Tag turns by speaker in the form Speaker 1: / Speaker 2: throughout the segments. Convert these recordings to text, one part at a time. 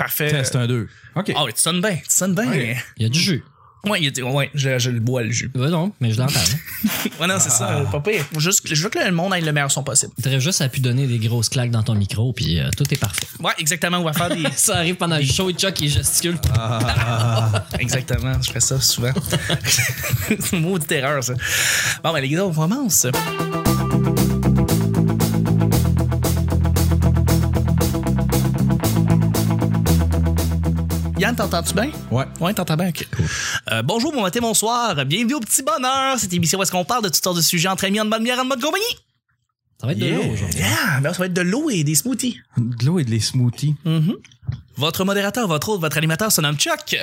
Speaker 1: parfait.
Speaker 2: C'est un 2. OK.
Speaker 1: Euh, Ah oui, tu sonnes bien, tu sonnes bien.
Speaker 2: Ouais.
Speaker 3: Il y a du jus.
Speaker 1: Ouais, il était- ouais, je, je le bois le jus.
Speaker 3: Ouais, non, mais je l'entends. hein.
Speaker 1: Ouais, non, c'est
Speaker 2: Ah.
Speaker 1: ça, pas pire. Faut Juste, que- je veux que le monde ait le meilleur son possible.
Speaker 3: T'aurais juste à pu donner des grosses claques dans ton micro, puis euh, tout est parfait.
Speaker 1: Ouais, exactement, on va faire des.
Speaker 3: Ça arrive pendant le show, Chuck, il gesticule.
Speaker 1: exactement, je fais ça souvent. c'est une maudite erreur, ça. Bon, ben, les gars, on commence. Yann, t'entends-tu bien?
Speaker 2: Ouais.
Speaker 1: Ouais, t'entends bien, ok. Euh, bonjour, bon matin, bonsoir. Bienvenue au Petit Bonheur, cette émission où est-ce qu'on parle de toutes sortes de sujets entre amis, en bonne bière, en bonne compagnie.
Speaker 3: Ça va être
Speaker 2: Yeah.
Speaker 3: de l'eau aujourd'hui.
Speaker 1: Yeah, ben, ça va être de l'eau et des smoothies.
Speaker 2: De l'eau et des smoothies.
Speaker 1: Mm. Votre modérateur, votre hôte, votre animateur se nomme Chuck.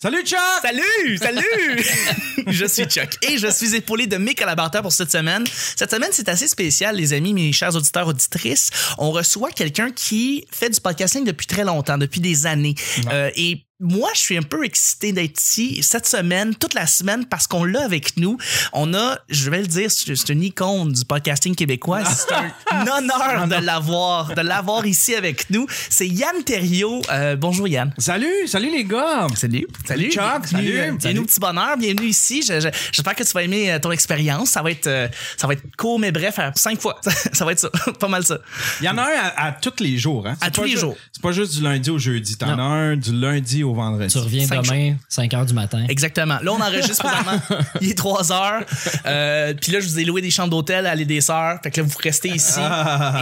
Speaker 2: Salut, Chuck!
Speaker 1: Salut, salut! je suis Chuck et je suis épaulé de mes collaborateurs pour cette semaine. Cette semaine, c'est assez spécial, les amis, mes chers auditeurs, auditrices. On reçoit quelqu'un qui fait du podcasting depuis très longtemps, depuis des années. Euh, et moi, je suis un peu excité d'être ici cette semaine, toute la semaine, parce qu'on l'a avec nous. On a, je vais le dire, c'est c'est une icône du podcasting québécois. C'est un honneur de l'avoir, de l'avoir ici avec nous. C'est Yann Thériault. Euh, bonjour, Yann.
Speaker 2: Salut, salut les gars!
Speaker 1: Salut. Salut.
Speaker 2: Chuck,
Speaker 1: Bienvenue,
Speaker 2: salut.
Speaker 1: euh, bienvenue
Speaker 2: Salut.
Speaker 1: au petit bonheur. Bienvenue ici. Je- je- J'espère que tu vas aimer euh, ton expérience. Ça va être, euh, ça va être court mais bref, à cinq fois. ça va être ça, pas mal ça.
Speaker 2: Il y en a un à, à tous les jours, hein?
Speaker 1: À
Speaker 2: C'est
Speaker 1: tous
Speaker 2: pas
Speaker 1: les
Speaker 2: ju-
Speaker 1: jours.
Speaker 2: C'est pas juste du lundi au jeudi. T'en as
Speaker 3: Non.
Speaker 2: un du lundi au vendredi.
Speaker 3: Tu reviens
Speaker 1: Cinq
Speaker 3: demain, 5 h du matin.
Speaker 1: Exactement. Là, on enregistre présentement. Il est 3 heures. Euh, Puis là, je vous ai loué des chambres d'hôtel à des sœurs. Fait que là, vous restez ici.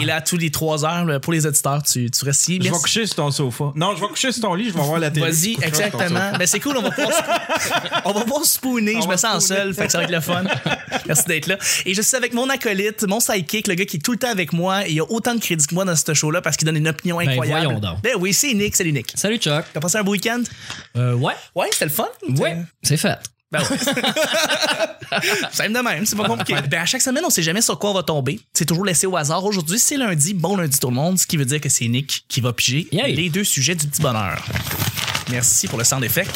Speaker 1: Et là, tous les 3 heures, là, pour les auditeurs, tu, tu restes ici.
Speaker 2: Ah. Je vais
Speaker 1: Merci.
Speaker 2: coucher sur ton sofa. Non, je vais coucher sur ton lit, je vais voir la télé.
Speaker 1: Vas-y,
Speaker 2: Je coucherai sur ton
Speaker 1: exactement.
Speaker 2: sofa.
Speaker 1: Ben, c'est cool, on va pouvoir, spoo- on va pouvoir spooner. je
Speaker 2: va
Speaker 1: me sens
Speaker 2: spooner.
Speaker 1: seul, fait que ça va être le fun. Merci d'être là. Et je suis avec mon acolyte, mon sidekick, le gars qui est tout le temps avec moi. Et il a autant de crédit que moi dans ce show-là parce qu'il donne une opinion
Speaker 3: Ben,
Speaker 1: incroyable.
Speaker 3: voyons donc.
Speaker 1: Ben oui, c'est Nick, salut Nick.
Speaker 3: Salut, Chuck.
Speaker 1: T'as passé un beau week-end?
Speaker 3: Euh, ouais.
Speaker 1: Ouais, c'était le fun.
Speaker 3: Ouais. C'est fait.
Speaker 1: Ben ouais. Simple de même, c'est pas compliqué. Ben à chaque semaine, on sait jamais sur quoi on va tomber. C'est toujours laissé au hasard. Aujourd'hui, c'est lundi. Bon lundi tout le monde, ce qui veut dire que c'est Nick qui va piger
Speaker 3: Yay.
Speaker 1: les deux sujets du petit bonheur. Merci pour le sound effect.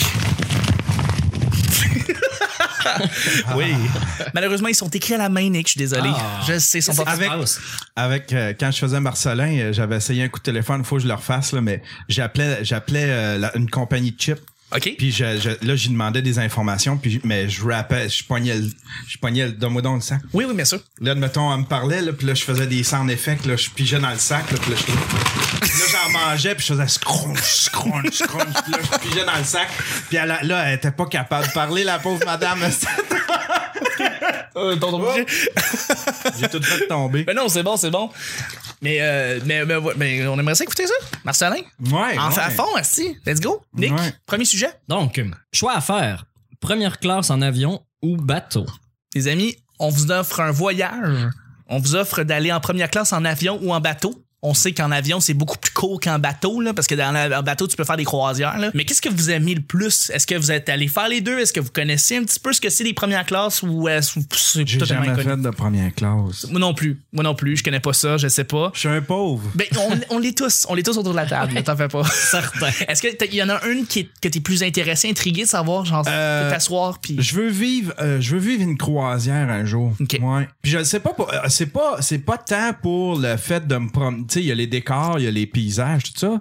Speaker 1: oui. Malheureusement, ils sont écrits à la main, Nick. Je suis désolé.
Speaker 3: Ah.
Speaker 1: Je sais, ils sont pas
Speaker 2: Avec,
Speaker 3: passe?
Speaker 2: avec euh, quand je faisais Marcelin, euh, j'avais essayé un coup de téléphone, faut que je le refasse, là, mais j'appelais j'appelais euh, la- une compagnie de chips.
Speaker 1: OK.
Speaker 2: Puis je, je- là, j'y demandais des informations, puis mais je rappais, je pognais le, je pognais le, donne-moi donc le sang.
Speaker 1: Oui, oui, bien sûr.
Speaker 2: Là, admettons, elle me parlait, là, puis là, je faisais des sound effects, là, je pigeais dans le sac, là, puis là, je... Puis là, j'en mangeais, puis je faisais scrunch, scrunch, scrunch, puis là, je pigeais dans le sac, puis elle, a- là, elle était pas capable de parler, la pauvre madame.
Speaker 1: Euh,
Speaker 2: J'ai tout fait tomber.
Speaker 1: Ben non, c'est bon, c'est bon. Mais, euh, mais, mais, ouais, mais on aimerait ça écouter ça, Marcelin.
Speaker 2: Ouais,
Speaker 1: En
Speaker 2: Ben ouais.
Speaker 1: fait Ah, à fond, assis. Let's go. Nick,
Speaker 2: Ouais.
Speaker 1: premier sujet.
Speaker 3: Donc, choix à faire. Première classe en avion ou bateau.
Speaker 1: Les amis, on vous offre un voyage. On vous offre d'aller en première classe en avion ou en bateau. On sait qu'en avion, c'est beaucoup plus court qu'en bateau, là, parce que dans la- en bateau, tu peux faire des croisières. là. Mais qu'est-ce que vous aimez le plus? Est-ce que vous êtes allé faire les deux? Est-ce que vous connaissez un petit peu ce que c'est les premières classes ou est-ce que c'est
Speaker 2: J'ai
Speaker 1: totalement
Speaker 2: jamais
Speaker 1: inconnu?
Speaker 2: fait de première classe.
Speaker 1: Moi non plus. Moi non plus. Je connais pas ça. Je sais pas.
Speaker 2: Je suis un pauvre.
Speaker 1: Ben, on, on les tous. On les tous autour de la table. T'en fais pas.
Speaker 3: Certain.
Speaker 1: Est-ce qu'il y en a une qui est- que t'es plus intéressé, intrigué de savoir, genre,
Speaker 2: Euh,
Speaker 1: t'asseoir, puis
Speaker 2: Je veux vivre, euh, je veux vivre une croisière un jour.
Speaker 1: Ok.
Speaker 2: Ouais. Puis je le sais pas, pour- euh, c'est pas, c'est pas tant pour le fait de me promener. Tu sais, il y a les décors, il y a les paysages, tout ça.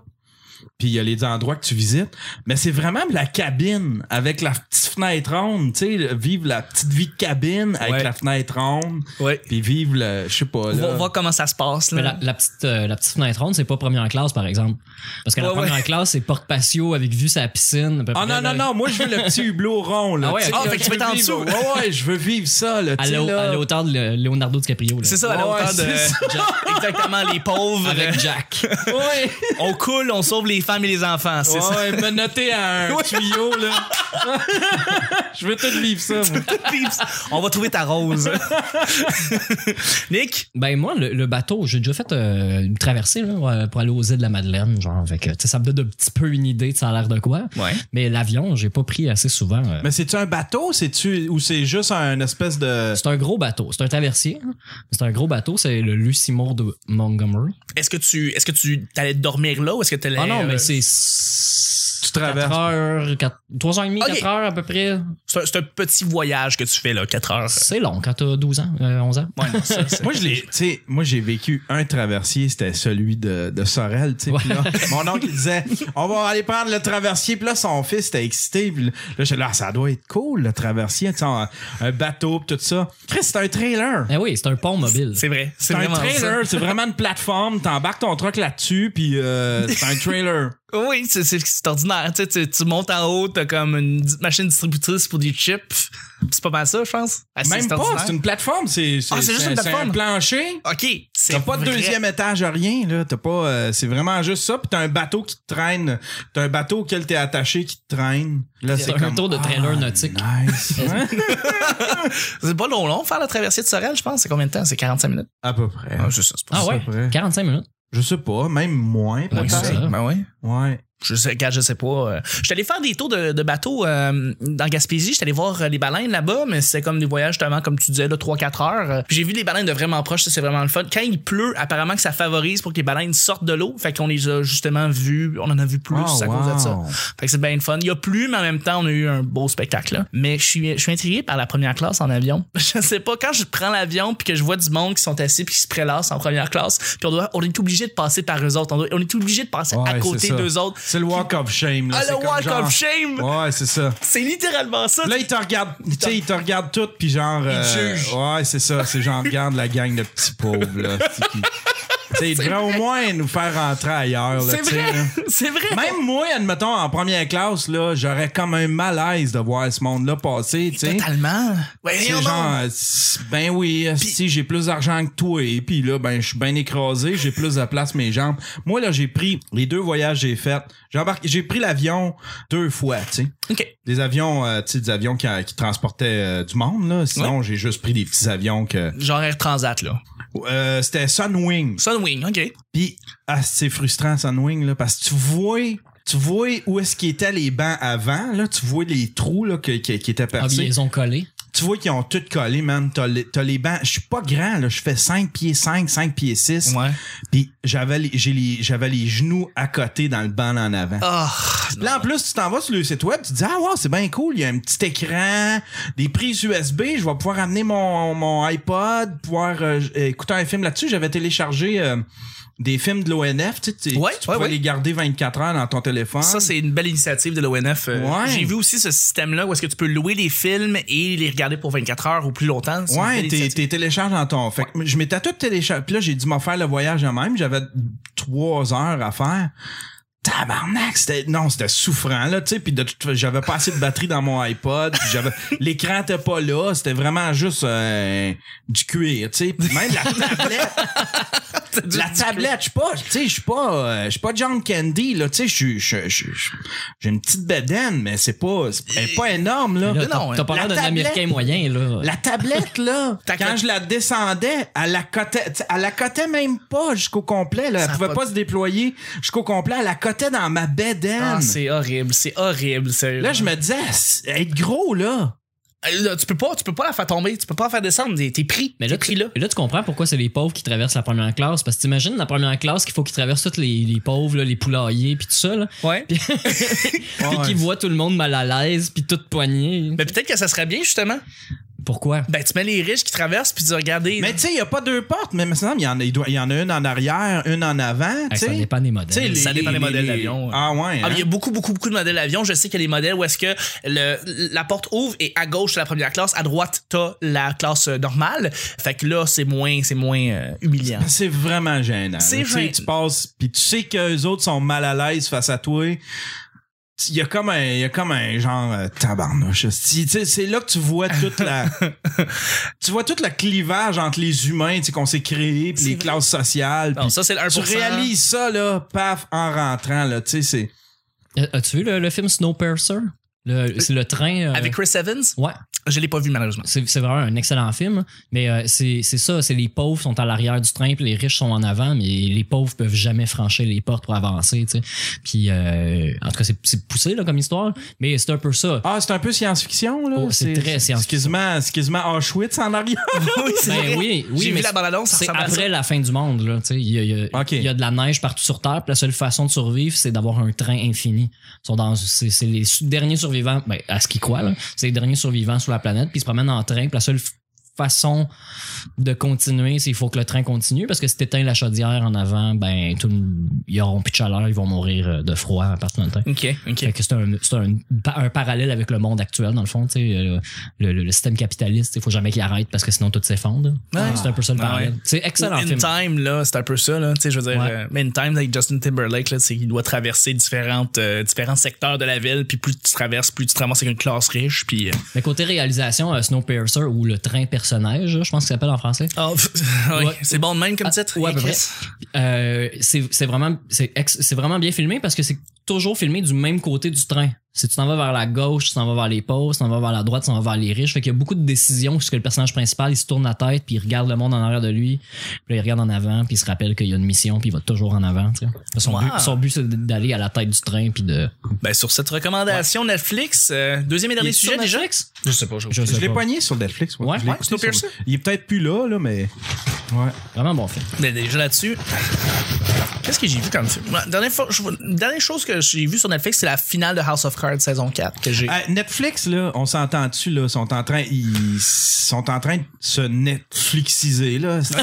Speaker 2: Puis il y a les endroits que tu visites, mais c'est vraiment la cabine avec la petite fenêtre ronde. Tu sais, vivre la petite vie de cabine avec
Speaker 3: Ouais.
Speaker 2: la fenêtre ronde.
Speaker 1: Ouais.
Speaker 2: Puis vivre le, je sais pas
Speaker 1: on
Speaker 2: là.
Speaker 1: va voir comment ça se passe. Là.
Speaker 3: Mais la, la petite, euh, la petite fenêtre ronde, c'est pas première classe, par exemple. Parce que la
Speaker 1: Ouais, ouais.
Speaker 3: première classe, c'est porte-patio avec vue sur la piscine. à peu
Speaker 2: Ah
Speaker 3: près,
Speaker 2: non,
Speaker 3: là.
Speaker 2: non, non, moi je veux le petit hublot rond là.
Speaker 3: Ah ouais,
Speaker 2: Tu sais,
Speaker 3: ah,
Speaker 2: là,
Speaker 1: fait que
Speaker 2: je
Speaker 1: tu vas
Speaker 2: veux
Speaker 1: être en
Speaker 2: vivre-
Speaker 1: dessous.
Speaker 2: Ouais, ouais, je veux vivre ça là. tu
Speaker 3: À
Speaker 2: sais,
Speaker 3: la
Speaker 2: là.
Speaker 3: à la hauteur de le- Leonardo DiCaprio. là.
Speaker 1: C'est ça, à la
Speaker 2: Ouais,
Speaker 1: hauteur de
Speaker 2: c'est
Speaker 1: exactement les pauvres.
Speaker 3: Avec Jack.
Speaker 2: Ouais.
Speaker 1: On coule, on sauve les femmes et les enfants, c'est
Speaker 2: ouais,
Speaker 1: ça.
Speaker 2: ouais, me noter à un tuyau, là. je veux tout vivre ça, moi.
Speaker 1: Peeps. on va trouver ta rose. Nick,
Speaker 3: Ben moi, le, le bateau, j'ai déjà fait euh, une traversée là, euh, pour aller aux îles de la Madeleine, genre. Fait que, tu sais, ça me donne un petit peu une idée de ça a l'air de quoi.
Speaker 1: Ouais.
Speaker 3: Mais l'avion, j'ai pas pris assez souvent. euh.
Speaker 2: Mais c'est-tu un bateau, c'est-tu, ou c'est juste un espèce de.
Speaker 3: C'est un gros bateau. C'est un traversier. hein. C'est un gros bateau. C'est le Lucimore de Montgomery.
Speaker 1: est-ce que tu est-ce que tu t'allais dormir là ou est-ce que t'allais
Speaker 3: Ah non,
Speaker 1: euh,
Speaker 3: mais c'est
Speaker 2: tu
Speaker 3: 4
Speaker 2: traverses.
Speaker 3: heures, 3h30,
Speaker 1: Ok.
Speaker 3: 4 heures à peu près.
Speaker 1: C'est un, c'est un petit voyage que tu fais, là, 4 heures.
Speaker 3: C'est long quand t'as 12 ans, euh, 11 ans.
Speaker 1: Ouais, non, ça, c'est-
Speaker 2: Moi, je l'ai, tu sais, moi, j'ai vécu un traversier, c'était celui de, de Sorel, tu sais. Puis là, mon oncle, il disait, on va aller prendre le traversier. Puis là, son fils était excité. Puis là, j'étais là, Ah, ça doit être cool, le traversier, tu sais, un, un bateau, puis tout ça. Chris, c'est un trailer.
Speaker 3: Eh oui, c'est un pont mobile.
Speaker 1: C'est vrai. C'est
Speaker 2: C'est un
Speaker 1: vraiment
Speaker 2: trailer, c'est vraiment une plateforme. T'embarques ton truck là-dessus, puis euh, c'est un trailer.
Speaker 1: ça. Oui, c'est- c'est c'est ordinaire. Tu, sais, tu- tu montes en haut, t'as comme une di- machine distributrice pour des chips. C'est pas mal ça, je pense. Ah,
Speaker 2: Même pas,
Speaker 1: ordinaire.
Speaker 2: c'est une plateforme. C'est
Speaker 1: Ah, c'est
Speaker 2: c'est-
Speaker 1: juste une
Speaker 2: c'est
Speaker 1: plateforme.
Speaker 2: un plancher.
Speaker 1: OK. c'est
Speaker 2: T'as pas de
Speaker 1: vrai.
Speaker 2: deuxième étage, rien, là. T'as pas. euh, c'est vraiment juste ça. Puis t'as un bateau qui te traîne. T'as un bateau auquel t'es attaché qui te traîne. Là,
Speaker 3: C'est
Speaker 2: c'est
Speaker 3: un
Speaker 2: comme,
Speaker 3: tour de trailer
Speaker 2: ah,
Speaker 3: nautique.
Speaker 2: Nice. Hein?
Speaker 1: C'est pas long, long faire la traversée de Sorel, je pense. C'est combien de temps? C'est 45 minutes.
Speaker 2: à peu près.
Speaker 1: c'est ça, c'est
Speaker 3: Ah
Speaker 2: ça,
Speaker 3: ouais?
Speaker 2: vrai.
Speaker 3: 45 minutes.
Speaker 2: Je sais pas, même moins,
Speaker 3: Ouais,
Speaker 2: peut-être.
Speaker 3: c'est ça.
Speaker 1: Ben ouais.
Speaker 2: Ouais.
Speaker 1: Je sais, regarde, je sais pas. euh, J'étais allé faire des tours de, de bateau euh, dans Gaspésie. J'étais allé voir euh, les baleines là-bas, mais c'est comme des voyages justement, comme tu disais, là, 3-4 heures. Euh, puis J'ai vu les baleines de vraiment proche, ça, c'est vraiment le fun. Quand il pleut, apparemment que ça favorise pour que les baleines sortent de l'eau. Fait qu'on les a justement vues, on en a vu plus
Speaker 2: Ah,
Speaker 1: à cause de ça.
Speaker 2: wow.
Speaker 1: Fait que c'est bien le fun. Il y a plus, mais en même temps, on a eu un beau spectacle. Là. Mais je suis, je suis intrigué par la première classe en avion. Je sais pas, quand je prends l'avion puis que je vois du monde qui sont assis puis qui se prélassent en première classe, puis on, doit, on est obligé de passer par eux autres. On, doit- on est obligé de passer
Speaker 2: Ouais,
Speaker 1: à côté
Speaker 2: c'est ça.
Speaker 1: d'eux autres.
Speaker 2: C'est le walk of shame. Là.
Speaker 1: Ah,
Speaker 2: C'est
Speaker 1: le
Speaker 2: comme
Speaker 1: walk
Speaker 2: genre-
Speaker 1: of shame!
Speaker 2: Ouais, c'est ça.
Speaker 1: C'est littéralement ça.
Speaker 2: Là, ils te regardent, tu sais, ils te regardent tout, puis genre. euh,
Speaker 1: jugent.
Speaker 2: ouais, c'est ça. C'est genre, regarde la gang de petits pauvres, là. c'est qui- Tu sais, ils devraient au moins nous faire rentrer ailleurs, là.
Speaker 1: c'est
Speaker 2: tu sais,
Speaker 1: vrai,
Speaker 2: là.
Speaker 1: c'est vrai.
Speaker 2: Même moi, admettons, en première classe, là, j'aurais comme un malaise de voir ce monde-là passer, tu sais.
Speaker 1: Totalement. Ouais,
Speaker 2: C'est
Speaker 1: non, non.
Speaker 2: genre, euh, ben oui, si j'ai plus d'argent que toi, et puis là, ben, je suis bien écrasé, j'ai plus de place mes jambes. Moi, là, j'ai pris les deux voyages que j'ai faits. J'ai embarqué- j'ai pris l'avion deux fois, tu sais
Speaker 1: OK.
Speaker 2: des avions, euh, tu sais, des avions qui, qui transportaient euh, du monde, là. Sinon, j'ai juste pris des petits avions que.
Speaker 1: Genre Air Transat, là.
Speaker 2: Euh, C'était Sunwing.
Speaker 1: Sunwing, OK.
Speaker 2: Puis, ah, c'est frustrant, Sunwing, là, parce que tu vois. Tu vois où est-ce qu'ils étaient les bancs avant, là. Tu vois les trous, là, que- que- qui étaient
Speaker 3: Ah, puis
Speaker 2: percés.
Speaker 3: ils ont collé.
Speaker 2: tu vois qu'ils ont tout collé, man. T'as les, t'as les bancs. Je suis pas grand, là. Je fais 5 pieds 5, 5 pieds 6.
Speaker 1: Ouais.
Speaker 2: Puis, j'avais les, j'ai les- j'avais les genoux à côté dans le banc en avant.
Speaker 1: Ah,
Speaker 2: Là, en plus, tu t'en vas sur le site web, tu te dis, ah, wow, c'est bien cool, il y a un petit écran, des prises USB, je vais pouvoir amener mon, mon iPod, pouvoir euh, j- écouter un film là-dessus. J'avais téléchargé euh, des films de l'ONF, tu sais, tu-
Speaker 1: Ouais,
Speaker 2: tu
Speaker 1: ouais,
Speaker 2: pouvais
Speaker 1: ouais.
Speaker 2: les garder 24 heures dans ton téléphone.
Speaker 1: ça, c'est une belle initiative de l'ONF. Euh,
Speaker 2: Ouais.
Speaker 1: J'ai vu aussi ce système-là où est-ce que tu peux louer les films et les regarder pour 24 heures ou plus longtemps. C'est une
Speaker 2: Ouais,
Speaker 1: belle
Speaker 2: t'es,
Speaker 1: initiative.
Speaker 2: t'es télécharges dans ton. Fait que je m'étais tout téléchargé. Puis là, j'ai dû m'en faire le voyage en même. J'avais trois heures à faire. Tabarnak, c'était non, c'était souffrant là, tu sais, puis de toute façon, j'avais pas assez de batterie dans mon iPod, puis j'avais l'écran était pas là, c'était vraiment juste euh, du cuir, tu sais, Puis même la tablette, la tablette, je suis pas, tu sais, je suis pas, euh, je suis pas John Candy là, tu sais, je suis- je- je- je- j'ai une petite bedaine, mais c'est pas, c'est pas énorme là.
Speaker 3: Là,
Speaker 1: Mais
Speaker 3: t'as-
Speaker 1: non, hein.
Speaker 3: T'as pas
Speaker 2: hein. la
Speaker 3: l'air d'un
Speaker 2: tablette-
Speaker 3: Américain moyen, là.
Speaker 2: La tablette, là,
Speaker 1: Ta
Speaker 2: quand
Speaker 1: cote-
Speaker 2: je la descendais, elle la cotait, tu sais, elle la cotait même pas jusqu'au complet, là. Elle
Speaker 1: Ça a
Speaker 2: pouvait
Speaker 1: pas
Speaker 2: pas,
Speaker 1: de-
Speaker 2: se déployer jusqu'au complet. Elle la cotait dans ma
Speaker 1: Ah,
Speaker 2: bedaine.
Speaker 1: c'est horrible, c'est horrible, sérieux.
Speaker 2: là, je me disais, c'est- être gros, là.
Speaker 1: Euh, là, tu peux pas, tu peux pas la faire tomber, tu peux pas la faire descendre, t'es t'es pris.
Speaker 3: Mais là,
Speaker 1: T'es pris
Speaker 3: tu,
Speaker 1: là.
Speaker 3: là, tu comprends pourquoi c'est les pauvres qui traversent la première classe. Parce que t'imagines la première classe qu'il faut qu'ils traversent tous les, les pauvres, là, les poulaillers, puis tout ça. Là.
Speaker 1: Ouais.
Speaker 3: Puis qu'ils voient tout le monde mal à l'aise, puis tout poigné.
Speaker 1: Mais peut-être que ça serait bien justement.
Speaker 3: Pourquoi?
Speaker 1: Ben tu mets les riches qui traversent puis tu dis, regardez.
Speaker 2: Mais tu sais, il y a pas deux portes, mais maintenant, il y en a, il doit- il y en a une en arrière, une en avant, tu
Speaker 3: Hey, ça
Speaker 2: sais.
Speaker 3: dépend des
Speaker 2: Tu sais,
Speaker 3: modèles.
Speaker 2: les-
Speaker 1: Ça dépend des
Speaker 2: les-
Speaker 1: modèles
Speaker 2: les-
Speaker 1: d'avion, ouais.
Speaker 2: Ah ouais.
Speaker 1: Ah,
Speaker 2: hein?
Speaker 1: mais il y a beaucoup, beaucoup, beaucoup de modèles d'avions. Je sais qu'il y a des modèles où est-ce que le, la porte ouvre et à gauche, c'est la première classe, à droite, t'as la classe euh, normale. Fait que là, c'est moins, c'est moins euh, humiliant.
Speaker 2: C'est vraiment gênant.
Speaker 1: C'est
Speaker 2: là. Tu sais,
Speaker 1: gênant.
Speaker 2: Tu passes, puis tu sais que les autres sont mal à l'aise face à toi. Il y a comme un, il y a comme un genre euh, tabarnouche. hostie. Tu sais, C'est là que tu vois toute la, tu vois tout le clivage entre les humains, tu sais, qu'on s'est créé, puis
Speaker 1: C'est
Speaker 2: les
Speaker 1: vrai.
Speaker 2: classes sociales.
Speaker 1: Non,
Speaker 2: puis
Speaker 1: ça, c'est le
Speaker 2: tu
Speaker 1: 1%.
Speaker 2: réalises ça là, paf, en rentrant là, tu sais, c'est.
Speaker 3: Euh, As-tu vu le, le film Snowpiercer? Le- C'est le train. euh,
Speaker 1: Avec Chris Evans?
Speaker 3: Ouais.
Speaker 1: Je l'ai pas vu, malheureusement.
Speaker 3: C'est c'est vraiment un excellent film, mais euh, c'est c'est ça, c'est les pauvres sont à l'arrière du train, puis les riches sont en avant, mais les pauvres peuvent jamais franchir les portes pour avancer, tu sais. Puis euh, en tout cas, c'est- c'est poussé là comme histoire, mais c'est un peu ça.
Speaker 2: Ah, c'est un peu science-fiction, là.
Speaker 3: Oh, c'est très science-fiction.
Speaker 2: Excuse-moi, excuse-moi, Auschwitz en arrière.
Speaker 1: oui, c'est
Speaker 3: Ben
Speaker 1: vrai.
Speaker 3: oui, oui,
Speaker 1: J'ai
Speaker 3: mais
Speaker 1: vu la bande-annonce, ça
Speaker 3: C'est
Speaker 1: ressemble à ça.
Speaker 3: après la fin du monde, là. tu sais. Il y, a- il y a-
Speaker 2: Ok.
Speaker 3: il y a de la neige partout sur Terre. puis la seule façon de survivre, c'est d'avoir un train infini. Ils sont dans, c'est, c'est les su- derniers survivants, ben, à ce qu'ils croient, là. C'est les derniers survivants sur la planète, puis ils se promènent en train. Puis la seule f- façon de continuer, c'est qu'il faut que le train continue, parce que si t'éteins la chaudière en avant, ben, tout, le- ils auront plus de chaleur, ils vont mourir euh, de froid à partir de train.
Speaker 1: OK, OK.
Speaker 3: Fait que c'est un, c'est un, pa- un parallèle avec le monde actuel, dans le fond. tu sais, euh, Le, le, le système capitaliste, il faut jamais qu'il arrête parce que sinon tout s'effondre.
Speaker 1: Ouais.
Speaker 3: C'est un peu ça le
Speaker 1: Ah ouais.
Speaker 3: parallèle. C'est excellent
Speaker 1: Ou In
Speaker 3: film.
Speaker 1: Time, là, c'est un peu ça, là. Tu sais, je veux dire,
Speaker 3: Ouais.
Speaker 1: euh, mais In Time, avec Justin Timberlake, là, c'est qu'il doit traverser différentes, euh, différents secteurs de la ville, puis plus tu traverses, plus tu te ramasses avec une classe riche, puis. euh,
Speaker 3: Mais côté réalisation, euh, Snowpiercer ou le train personnage, je pense qu'il s'appelle en français,
Speaker 1: Oh, ouais,
Speaker 3: Ouais.
Speaker 1: c'est bon de même comme
Speaker 3: Ah,
Speaker 1: titre.
Speaker 3: ouais, à peu
Speaker 1: Chris.
Speaker 3: euh, c'est c'est vraiment, c'est ex- c'est vraiment bien filmé parce que c'est toujours filmé du même côté du train. Si tu t'en vas vers la gauche, tu t'en vas vers les pauvres, tu t'en vas vers la droite, tu t'en vas vers les riches. Fait qu'il y a beaucoup de décisions puisque le personnage principal, il se tourne la tête, puis il regarde le monde en arrière de lui, puis là, il regarde en avant, puis il se rappelle qu'il y a une mission, puis il va toujours en avant. tu sais. Son,
Speaker 1: Wow.
Speaker 3: but, son but, c'est d'aller à la tête du train, puis de...
Speaker 1: Ben, sur cette recommandation Netflix, euh, deuxième et
Speaker 3: Il
Speaker 1: dernier
Speaker 3: est sur
Speaker 1: sujet déjà.
Speaker 3: Netflix?
Speaker 1: Je sais pas,
Speaker 3: Je
Speaker 2: Je
Speaker 3: sais
Speaker 2: l'ai
Speaker 3: pas.
Speaker 2: pogné sur Netflix.
Speaker 3: Ouais,
Speaker 2: je l'ai
Speaker 1: ouais,
Speaker 2: écouté
Speaker 1: Snowpiercer.
Speaker 2: sur- Il est peut-être plus là, là, mais. Ouais.
Speaker 3: Vraiment bon film.
Speaker 1: Mais déjà là-dessus, qu'est-ce que j'ai vu comme film? Ouais, dernière, fois- je- dernière chose que j'ai vu sur Netflix, c'est la finale de House of Cards saison 4 que j'ai.
Speaker 2: Ah, Netflix, là, on s'entend dessus, là, sont en train, ils sont en train de se Netflixiser, là. C'est-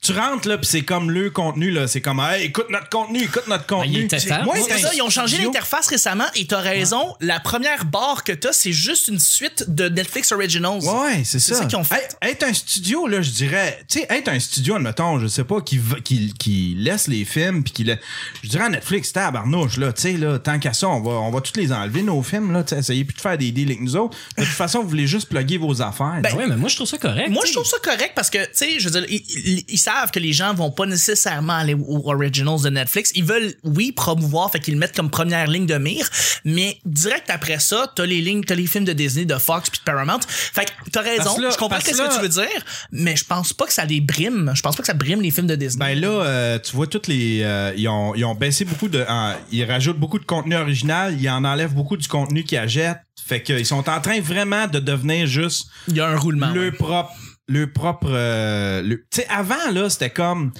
Speaker 2: tu rentres, là, pis c'est comme le contenu, là. C'est comme, hey, écoute notre contenu, écoute notre
Speaker 1: Ben,
Speaker 2: contenu.
Speaker 3: il était
Speaker 2: C'est-
Speaker 3: temps.
Speaker 2: moi,
Speaker 3: Ouais,
Speaker 1: C'est
Speaker 2: un
Speaker 1: ça, ils ont changé
Speaker 2: studio.
Speaker 1: l'interface récemment et t'as raison, la première barre que t'as, c'est juste une suite de Netflix Originals.
Speaker 2: Ouais, c'est
Speaker 1: C'est
Speaker 2: ça.
Speaker 1: ça qu'ils ont fait.
Speaker 2: Être- Être un studio, là, je dirais, tu sais, être un studio, admettons, je sais pas, qui, va- qui, qui laisse les films, puis qui la- Je dirais à Netflix, tabarnouche, là, tu sais, là, tant qu'à ça, on va, on va tous les enlever, nos films, là, tu sais, essayez plus de faire des deals avec nous autres. De toute façon, vous voulez juste plugger vos affaires.
Speaker 1: Ben,
Speaker 3: Ouais, mais moi, je trouve ça correct.
Speaker 1: Moi, je
Speaker 3: tu sais.
Speaker 1: trouve ça correct parce que, tu sais, je veux dire, ils, ils- ils savent que les gens vont pas nécessairement aller aux originals de Netflix. Ils veulent, oui, promouvoir, fait qu'ils le mettent comme première ligne de mire, mais direct après ça, t'as les lignes, t'as les films de Disney, de Fox puis de Paramount. Fait que t'as raison,
Speaker 2: Parce que là-
Speaker 1: je comprends
Speaker 2: parce
Speaker 1: ce
Speaker 2: là-
Speaker 1: que tu veux dire, mais je pense pas que ça les brime. Je pense pas que ça brime les films de Disney.
Speaker 2: Ben là, euh, tu vois, toutes les. euh, ils, ont, ils ont baissé beaucoup de. en- ils rajoutent beaucoup de contenu original, ils en enlèvent beaucoup du contenu qu'ils achètent. Fait qu'ils sont en train vraiment de devenir juste
Speaker 1: Il y a un roulement.
Speaker 2: le
Speaker 1: ouais.
Speaker 2: propre. Le propre. euh, le- tu sais, avant, là, c'était comme.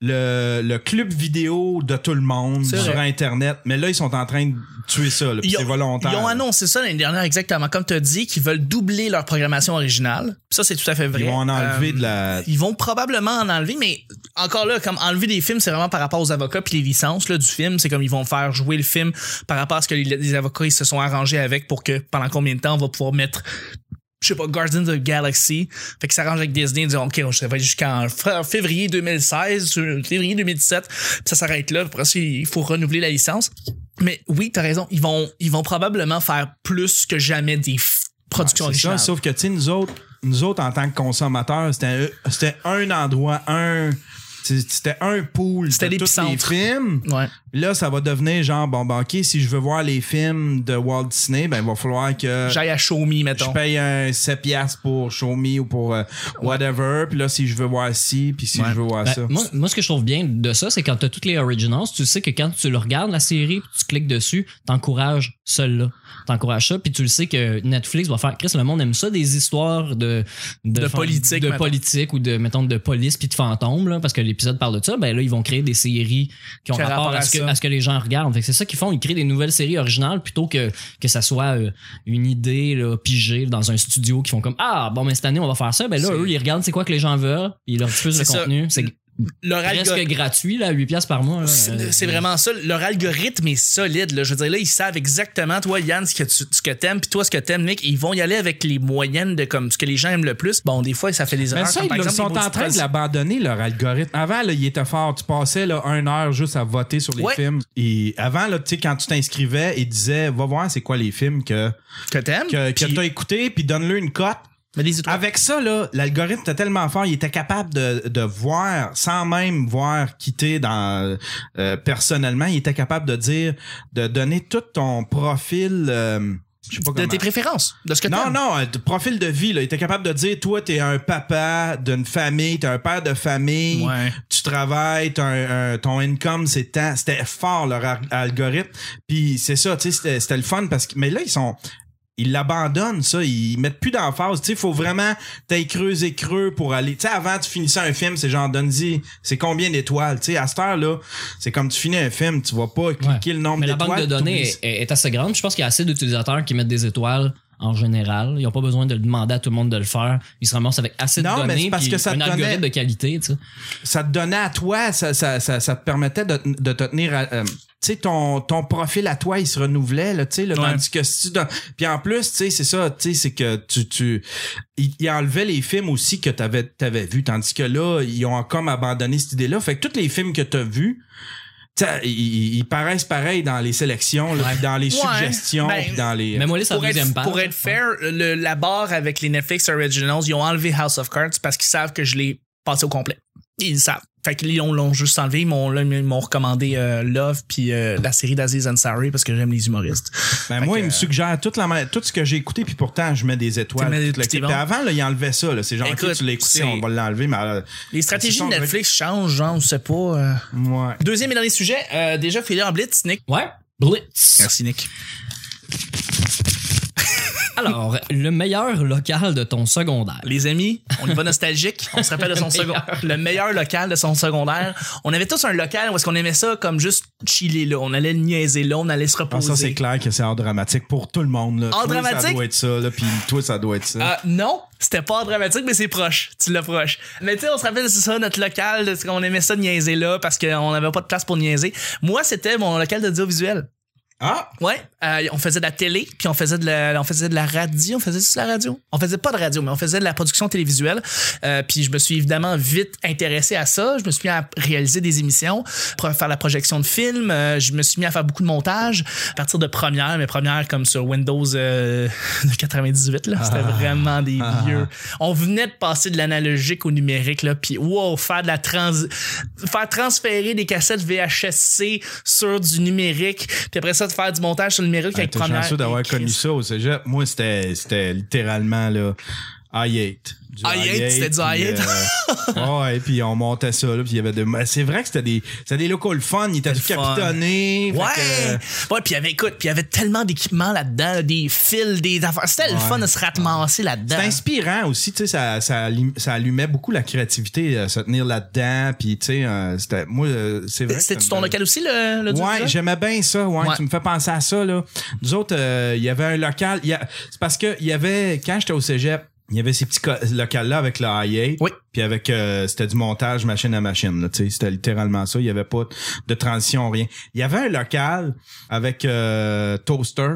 Speaker 2: Le, le club vidéo de tout le monde
Speaker 1: C'est
Speaker 2: sur
Speaker 1: vrai.
Speaker 2: Internet. Mais là, ils sont en train de tuer ça. là, puis
Speaker 1: Ils
Speaker 2: C'est
Speaker 1: ont-
Speaker 2: volontaire.
Speaker 1: Ils ont annoncé ça l'année dernière, exactement. Comme tu as dit, qu'ils veulent doubler leur programmation originale. Puis Ça, c'est tout à fait vrai.
Speaker 2: Ils vont en enlever
Speaker 1: Euh,
Speaker 2: de la.
Speaker 1: Ils vont probablement en enlever, mais encore là, comme enlever des films, c'est vraiment par rapport aux avocats puis les licences là, du film. C'est comme ils vont faire jouer le film par rapport à ce que les, les avocats ils se sont arrangés avec pour que pendant combien de temps on va pouvoir mettre. Je sais pas, Guardians of the Galaxy. Fait qu'ils s'arrangent avec Disney, ils disent, OK, on se va jusqu'en f- février 2016, sur- février 2017, puis ça s'arrête là. Après ça, il faut renouveler la licence. Mais oui, t'as raison. Ils vont, ils vont probablement faire plus que jamais des f- productions
Speaker 2: C'est ça,
Speaker 1: originales.
Speaker 2: sauf que, tu sais, nous autres, nous autres, en tant que consommateurs, c'était un- c'était un endroit, un. C'était un pool. de
Speaker 1: C'était
Speaker 2: tous les
Speaker 1: l'épicentre.
Speaker 2: films.
Speaker 1: Ouais.
Speaker 2: Là, ça va devenir genre, bon, ben, OK, si je veux voir les films de Walt Disney, ben, il va falloir que
Speaker 1: J'aille à Show Me,
Speaker 2: je
Speaker 1: mettons.
Speaker 2: paye un 7 piastres pour Show Me ou pour euh, whatever. Puis là, si je veux voir ci, puis si
Speaker 1: Ouais.
Speaker 2: je veux voir
Speaker 3: Ben,
Speaker 2: ça.
Speaker 3: moi, moi, ce que je trouve bien de ça, c'est quand t'as toutes les originals, tu sais que quand tu le regardes, la série, puis tu cliques dessus, t'encourages celle-là. T'encourages ça, puis tu le sais que Netflix va faire. Chris, le monde aime ça, des histoires de.
Speaker 1: De
Speaker 3: fan-
Speaker 1: politique,
Speaker 3: De
Speaker 1: mettons.
Speaker 3: politique ou de, mettons, de police puis de fantômes, là, parce que l'épisode parle de ça. Ben là, ils vont créer des séries qui ont
Speaker 1: Qui a
Speaker 3: rapport
Speaker 1: rapport
Speaker 3: à
Speaker 1: à
Speaker 3: ce, que,
Speaker 1: ça.
Speaker 3: à ce que les gens regardent. Fait que c'est ça qu'ils font. Ils créent des nouvelles séries originales plutôt que, que ça soit euh, une idée là, pigée dans un studio qui font comme Ah, bon, mais cette année, on va faire ça. Ben là,
Speaker 1: C'est-
Speaker 3: eux, ils regardent c'est quoi que les gens veulent. Ils leur diffusent le
Speaker 1: C'est ça.
Speaker 3: contenu. C'est
Speaker 1: Leur
Speaker 3: presque
Speaker 1: algo-
Speaker 3: gratuit, là, 8 piastres par mois. là.
Speaker 1: C'est
Speaker 3: Euh,
Speaker 1: c'est vraiment ça. Leur algorithme est solide. Là. Je veux dire, là, ils savent exactement, toi, Yann, ce que tu ce que t'aimes, puis toi, ce que t'aimes, Nick. Ils vont y aller avec les moyennes de comme ce que les gens aiment le plus. Bon, des fois, ça fait des
Speaker 2: Mais
Speaker 1: erreurs.
Speaker 2: ça,
Speaker 1: comme
Speaker 2: ils
Speaker 1: par exemple,
Speaker 2: sont
Speaker 1: les
Speaker 2: en train de
Speaker 1: maudites
Speaker 2: l'abandonner, leur algorithme. Avant, là, il était fort. Tu passais là, une heure juste à voter sur les
Speaker 1: Ouais.
Speaker 2: films. Et avant, là, tu sais, quand tu t'inscrivais, ils disaient va voir c'est quoi les films que,
Speaker 1: phrases que t'aimes.
Speaker 2: que, que Ah,
Speaker 1: Puis-
Speaker 2: t'as écouté, puis donne-le une cote.
Speaker 1: mais des étoiles.
Speaker 2: Avec ça, là, l'algorithme était tellement fort, il était capable de, de voir, sans même voir quitter dans euh, personnellement, il était capable de dire, de donner tout ton profil euh, Je sais pas
Speaker 1: De
Speaker 2: comment.
Speaker 1: tes préférences, de ce que
Speaker 2: Non,
Speaker 1: t'aimes.
Speaker 2: non, euh, de profil de vie, là. Il était capable de dire, toi, t'es un papa d'une famille, t'es un père de famille,
Speaker 1: Ouais.
Speaker 2: tu travailles, t'as un- un- ton income, c'est tant. C'était fort, leur ar- algorithme. Puis c'est ça, tu sais, c'était- c'était le fun parce que, mais là, ils sont, ils l'abandonnent, ça. Ils mettent plus d'emphase. Tu sais, faut vraiment, t'ailles creux et creux pour aller. Tu sais, avant, tu finissais un film, c'est genre, donne-y, c'est combien d'étoiles? Tu sais, à cette heure-là, c'est comme tu finis un film, tu vas pas
Speaker 3: Ouais.
Speaker 2: cliquer le nombre
Speaker 3: Mais la
Speaker 2: d'étoiles.
Speaker 3: banque de données
Speaker 2: t'oublies-
Speaker 3: est, est- est assez grande. Je pense qu'il y a assez d'utilisateurs qui mettent des étoiles en général. Ils n'ont pas besoin de le demander à tout le monde de le faire. Ils se ramassent avec assez
Speaker 2: Non,
Speaker 3: de
Speaker 2: mais
Speaker 3: données
Speaker 2: c'est parce
Speaker 3: puis
Speaker 2: que ça
Speaker 3: un
Speaker 2: te
Speaker 3: algorithme
Speaker 2: connaît.
Speaker 3: de qualité. Tu sais.
Speaker 2: ça te donnait à toi, ça, ça, ça, ça te permettait de, de te tenir à. euh, tu sais, ton, ton profil à toi, il se renouvelait, là, tu sais, là,
Speaker 1: Ouais.
Speaker 2: tandis que si tu... don- Puis en plus, tu sais, c'est ça, tu sais, c'est que tu... tu il, il enlevait les films aussi que t'avais avais vus, tandis que là, ils ont comme abandonné cette idée-là. Fait que tous les films que t'as vus, tu sais, ils, ils paraissent pareils dans les sélections, là, puis dans les
Speaker 1: Ouais.
Speaker 2: suggestions,
Speaker 1: Ben,
Speaker 2: puis dans les...
Speaker 3: Mais moi, là, c'est la
Speaker 1: Pour
Speaker 3: deuxième
Speaker 1: être,
Speaker 3: page.
Speaker 1: pour être fair, le- la barre avec les Netflix Originals, ils ont enlevé House of Cards parce qu'ils savent que je l'ai passé au complet. Ils le savent. Fait qu'ils l'ont l'ont juste enlevé. Ils m'ont là, ils m'ont recommandé euh, Love puis euh, la série d'Aziz Ansari parce que j'aime les humoristes.
Speaker 2: Ben moi, il me suggère toute la ma- tout ce que j'ai écouté, puis pourtant, je mets des étoiles.
Speaker 1: Tu mets-
Speaker 2: tout le
Speaker 1: c'est
Speaker 2: kit.
Speaker 1: bon.
Speaker 2: Puis Avant, là, il enlevait ça. là. C'est genre,
Speaker 1: Écoute,
Speaker 2: OK, tu l'as écouté,
Speaker 1: c'est-
Speaker 2: on va l'enlever, mais... euh,
Speaker 1: Les stratégies
Speaker 2: ça,
Speaker 1: de
Speaker 2: on
Speaker 1: Netflix changent, genre, on sait pas. euh.
Speaker 2: Ouais.
Speaker 1: Deuxième et dernier sujet, euh, déjà filé en blitz, Nick.
Speaker 3: Ouais. Blitz.
Speaker 1: Merci, Nick.
Speaker 3: Alors, le meilleur local de ton secondaire.
Speaker 1: Les amis, on est pas nostalgique. On se rappelle de son secondaire. Le meilleur local de son secondaire. On avait tous un local où est-ce qu'on aimait ça comme juste chiller là. On allait niaiser là, on allait se
Speaker 2: Ah,
Speaker 1: reposer.
Speaker 2: ça, c'est clair que c'est hors dramatique pour tout le monde. Là.
Speaker 1: Hors
Speaker 2: Toi, Ça
Speaker 1: dramatique?
Speaker 2: doit être ça, là, puis toi, ça doit être ça.
Speaker 1: Euh, non, c'était pas dramatique, mais c'est proche. Tu l'as proche. Mais tu sais, on se rappelle, c'est ça, notre local, de- on aimait ça de niaiser là parce qu'on n'avait pas de place pour niaiser. Moi, c'était mon local d'audiovisuel.
Speaker 2: Ah!
Speaker 1: Ouais, euh, on faisait de la télé, puis on faisait de la, on faisait de la radio, on faisait juste de la radio. On faisait pas de radio, mais on faisait de la production télévisuelle. Euh, puis je me suis évidemment vite intéressé à ça. Je me suis mis à réaliser des émissions, pour faire la projection de films. Euh, je me suis mis à faire beaucoup de montage à partir de premières, mes premières comme sur Windows euh, de 98 là.
Speaker 2: Ah.
Speaker 1: C'était vraiment des vieux. On venait de passer de l'analogique au numérique là, puis wow, faire de la trans, faire transférer des cassettes VHSC sur du numérique, puis après ça de faire du montage sur le numérique
Speaker 2: Hey,
Speaker 1: avec
Speaker 2: T'es
Speaker 1: première.
Speaker 2: chanceux d'avoir
Speaker 1: Christ.
Speaker 2: connu ça au cégep. Moi, c'était c'était littéralement, là, I8. Du
Speaker 1: I8, c'était du
Speaker 2: puis,
Speaker 1: I8.
Speaker 2: euh, ouais, puis on montait ça, là, puis il y avait de... mais C'est vrai que c'était des, c'était des locaux le fun, ils étaient tout
Speaker 1: le fun.
Speaker 2: capitonnés. fait
Speaker 1: Ouais. Ouais, puis il y avait écoute, puis il y avait tellement d'équipements là-dedans, là, des fils, des affaires. C'était le
Speaker 2: Ouais.
Speaker 1: fun de se ramasser là-dedans.
Speaker 2: C'est inspirant aussi, tu sais, ça, ça, allume- ça allumait beaucoup la créativité, euh, se tenir là-dedans, puis tu sais, euh, c'était, moi, euh, c'est vrai. que
Speaker 1: C'était
Speaker 2: ça me
Speaker 1: ton
Speaker 2: donnait-
Speaker 1: local aussi le, le
Speaker 2: Ouais,
Speaker 1: Dubuffet?
Speaker 2: j'aimais bien ça. Ouais,
Speaker 1: Ouais.
Speaker 2: tu me fais penser à ça là. Nous autres, euh, il y avait un local. il y a- C'est parce que il y avait quand j'étais au cégep, il y avait ces petits co- locaux-là avec le IA.
Speaker 1: Oui.
Speaker 2: Puis avec, euh, c'était du montage machine à machine. là, tu sais, C'était littéralement ça. Il y avait pas de transition, rien. Il y avait un local avec euh, toaster.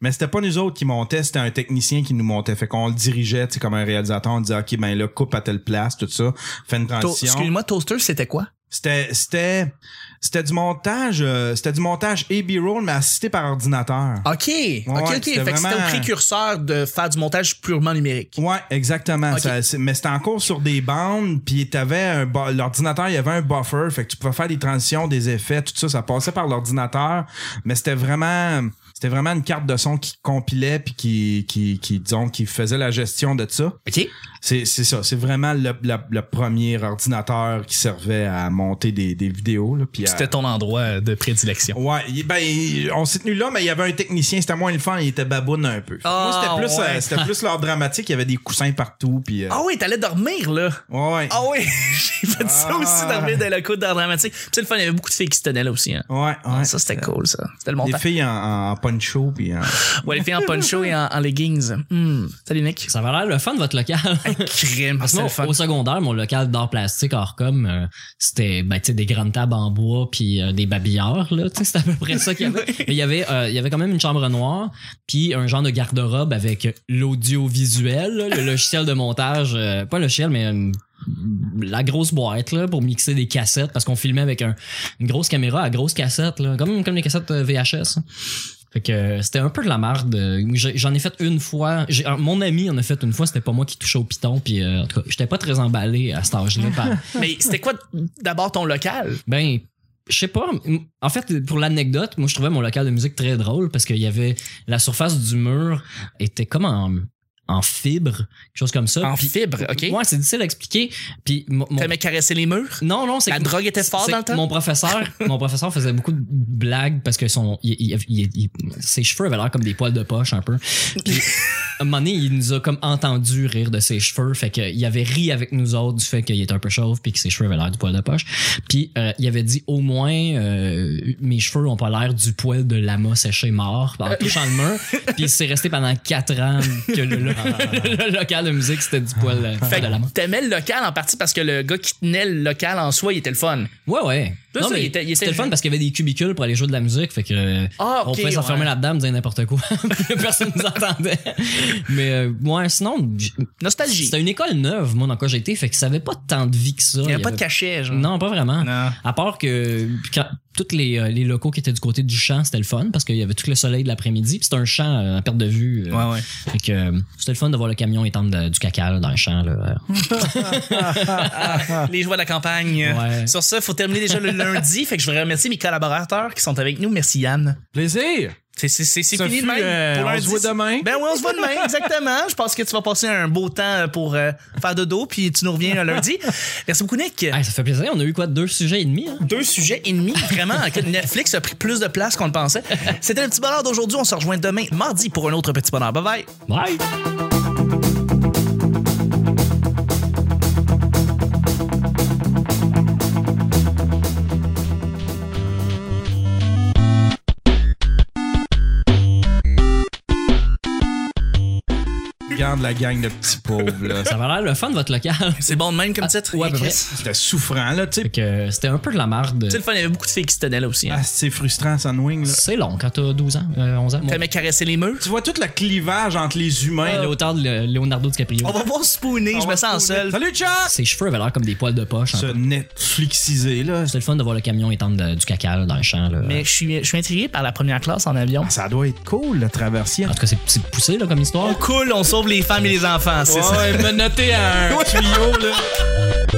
Speaker 2: Mais c'était pas nous autres qui montaient, c'était un technicien qui nous montait. Fait qu'on le dirigeait, tu sais, comme un réalisateur, on disait, OK, ben là, coupe à telle place, tout ça, fais une
Speaker 1: To-
Speaker 2: transition.
Speaker 1: Excuse-moi, toaster, c'était quoi?
Speaker 2: C'était c'était c'était du montage euh, c'était du montage A B roll mais assisté par ordinateur.
Speaker 1: OK. OK, OK.
Speaker 2: c'était
Speaker 1: Fait que c'était
Speaker 2: vraiment-
Speaker 1: le précurseur de faire du montage purement numérique.
Speaker 2: Ouais, exactement.
Speaker 1: Ok.
Speaker 2: Ça, c'est- mais c'était encore sur des bandes, puis t'avais un bu- l'ordinateur, il y avait un buffer, fait que tu pouvais faire des transitions, des effets, tout ça, ça passait par l'ordinateur, mais c'était vraiment c'était vraiment une carte de son qui compilait puis qui qui qui disons qui faisait la gestion de ça.
Speaker 1: OK.
Speaker 2: C'est c'est ça, c'est vraiment le, le- le premier ordinateur qui servait à monter des, des vidéos là, puis à-
Speaker 1: C'était ton endroit de prédilection.
Speaker 2: Ouais, il- ben, il- on s'est tenu là, mais il y avait un technicien, c'était moins le fun, il était baboune un peu.
Speaker 1: Ah,
Speaker 2: Moi, c'était plus,
Speaker 1: ouais.
Speaker 2: euh, c'était plus l'art dramatique, il y avait des coussins partout, puis. euh,
Speaker 1: Ah oui, t'allais dormir, là.
Speaker 2: ouais, ouais.
Speaker 1: Ah oui, j'ai fait ça
Speaker 2: Ah.
Speaker 1: aussi, dormir dans le coup d'art dramatique. Puis c'est le fun, il y avait beaucoup de filles qui se tenaient là aussi. Hein.
Speaker 2: Ouais, ouais.
Speaker 1: Ça, c'était cool, ça. C'était le montant.
Speaker 2: des filles en, en poncho, puis. euh, en-
Speaker 1: Ouais, les filles en poncho et en, en leggings. Hmm. Salut, Nick.
Speaker 3: Ça va l'air le fun de votre local.
Speaker 1: Crime,
Speaker 3: Parce que
Speaker 1: c'était le
Speaker 3: moi,
Speaker 1: fun.
Speaker 3: au secondaire, mon local d'art plastique, Orcom, euh, c'était ben, tu sais, des grandes tables en bois puis euh, des babillards. Là, tu sais, c'était à peu près ça qu'il y avait. Mais il, y avait euh, il y avait quand même une chambre noire puis un genre de garde-robe avec l'audiovisuel, là, le logiciel de montage. euh, pas le logiciel, mais une- la grosse boîte là, pour mixer des cassettes parce qu'on filmait avec un- une grosse caméra à grosse cassette, là, comme, comme les cassettes euh, VHS. Fait que euh, c'était un peu de la marde. Euh, j'ai- J'en ai fait une fois. J'ai- euh, Mon ami en a fait une fois. C'était pas moi qui touchais au piton. Puis euh, en tout cas, j'étais pas très emballé à cet âge-là. par-
Speaker 1: Mais c'était quoi d'abord ton local?
Speaker 3: ben, je sais pas. m- En fait, pour l'anecdote, moi, je trouvais mon local de musique très drôle parce qu'il y avait la surface du mur était comme en, en fibre, quelque chose comme ça.
Speaker 1: En
Speaker 3: Ah, Puis-
Speaker 1: fibre, OK?
Speaker 3: Ouais, c'est difficile à expliquer. Puis mon- mon-
Speaker 1: T'aimais caresser les murs?
Speaker 3: non, non, c'est
Speaker 1: La
Speaker 3: que-
Speaker 1: drogue était forte
Speaker 3: c'est
Speaker 1: dans le
Speaker 3: que
Speaker 1: temps?
Speaker 3: Mon professeur, mon professeur faisait beaucoup de blagues parce que son, il- il- il- il- ses cheveux avaient l'air comme des poils de poche un peu. Puis, à un moment donné, il nous a comme entendu rire de ses cheveux, fait qu'il avait ri avec nous autres du fait qu'il était un peu chauve puis que ses cheveux avaient l'air du poil de poche. Puis euh, il avait dit au moins euh, mes cheveux ont pas l'air du poil de lama séché mort
Speaker 1: Euh,
Speaker 3: en touchant le mur. Puis c'est resté pendant quatre ans que le, lo- le local de musique c'était du poil euh,
Speaker 1: Fait
Speaker 3: de lama.
Speaker 1: que t'aimais le local en partie parce que le gars qui tenait le local en soi, il était le fun.
Speaker 3: Ouais, ouais.
Speaker 1: Là,
Speaker 3: non,
Speaker 1: ça,
Speaker 3: mais
Speaker 1: il était- il était
Speaker 3: c'était le fun parce qu'il y avait des cubicules pour aller jouer de la musique. Fait que. euh,
Speaker 1: Ah,
Speaker 3: on
Speaker 1: ok,
Speaker 3: pouvait s'enfermer
Speaker 1: ouais.
Speaker 3: là-dedans, me dire n'importe quoi. Personne nous entendait. Mais, euh, ouais, sinon. j-
Speaker 1: Nostalgie.
Speaker 3: C'était une école neuve, moi, dans quoi j'étais. Fait que ça avait pas tant de vie que ça.
Speaker 1: Il n'y
Speaker 3: y
Speaker 1: avait pas de
Speaker 3: avait-
Speaker 1: cachet, genre.
Speaker 3: Non, pas vraiment.
Speaker 1: Non.
Speaker 3: À part que quand, tous les, euh, les locaux qui étaient du côté du champ, c'était le fun parce qu'il y avait tout le soleil de l'après-midi. Puis c'était un champ euh, à perte de vue. euh,
Speaker 1: Ouais, ouais.
Speaker 3: Fait que euh, c'était le fun de voir le camion étendre de- du caca là, dans le champ. Là. euh.
Speaker 1: Ah. Les joies de la campagne.
Speaker 3: Ouais.
Speaker 1: Sur ça, faut terminer déjà le lundi. Fait que je voudrais remercier mes collaborateurs qui sont avec nous. Merci Yann.
Speaker 2: Plaisir!
Speaker 1: C'est c'est- c'est- c'est
Speaker 2: Ça
Speaker 1: fini de
Speaker 2: fut,
Speaker 1: même.
Speaker 2: euh,
Speaker 1: pour
Speaker 2: on
Speaker 1: lundi.
Speaker 2: se voit demain.
Speaker 1: Ben oui, on se voit demain, exactement. Je pense que tu vas passer un beau temps pour euh, faire dodo, puis tu nous reviens euh, lundi. Merci beaucoup, Nick.
Speaker 3: Ah, ça fait plaisir. On a eu quoi deux sujets et demi. hein?
Speaker 1: Deux sujets et demi, vraiment. que Netflix a pris plus de place qu'on le pensait. C'était le petit bonheur d'aujourd'hui. On se rejoint demain, mardi, pour un autre petit bonheur. Bye bye.
Speaker 3: Bye.
Speaker 2: Regarde la gang de petits pauvres, là.
Speaker 3: Ça va l'air le fun, votre local.
Speaker 1: C'est bon de même comme titre.
Speaker 3: ouais, à peu
Speaker 1: Chris.
Speaker 3: près.
Speaker 2: C'était souffrant, là, tu
Speaker 3: Fait
Speaker 2: sais.
Speaker 3: que c'était un peu de la marde.
Speaker 1: C'est le fun, il y avait beaucoup de filles qui se tenaient là aussi. hein.
Speaker 2: Ah, c'est frustrant, Sunwing, là.
Speaker 3: C'est long quand t'as 12 ans, euh, 11 ans. moi.
Speaker 1: T'aimais caresser les murs?
Speaker 2: Tu vois tout le clivage entre les humains,
Speaker 3: Ouais,
Speaker 2: là.
Speaker 3: L'auteur de Le- Leonardo DiCaprio.
Speaker 1: On va voir spooner, Ah, je me sens seul.
Speaker 2: Salut, Chuck!
Speaker 3: Ses cheveux avaient l'air comme des poils de poche. un
Speaker 2: Ce
Speaker 3: peu.
Speaker 2: Netflixisé, là.
Speaker 3: C'était le fun de voir le camion étendre de- du caca là, dans le champ. Là.
Speaker 1: Mais je suis, je suis intrigué par la première classe en avion.
Speaker 2: Ça doit être cool, la traversier.
Speaker 3: En tout cas, c'est- c'est poussé là, comme histoire.
Speaker 1: On coule, on sauve les femmes et les enfants, c'est ça.
Speaker 2: Ouais, me noter à un tuyau, là.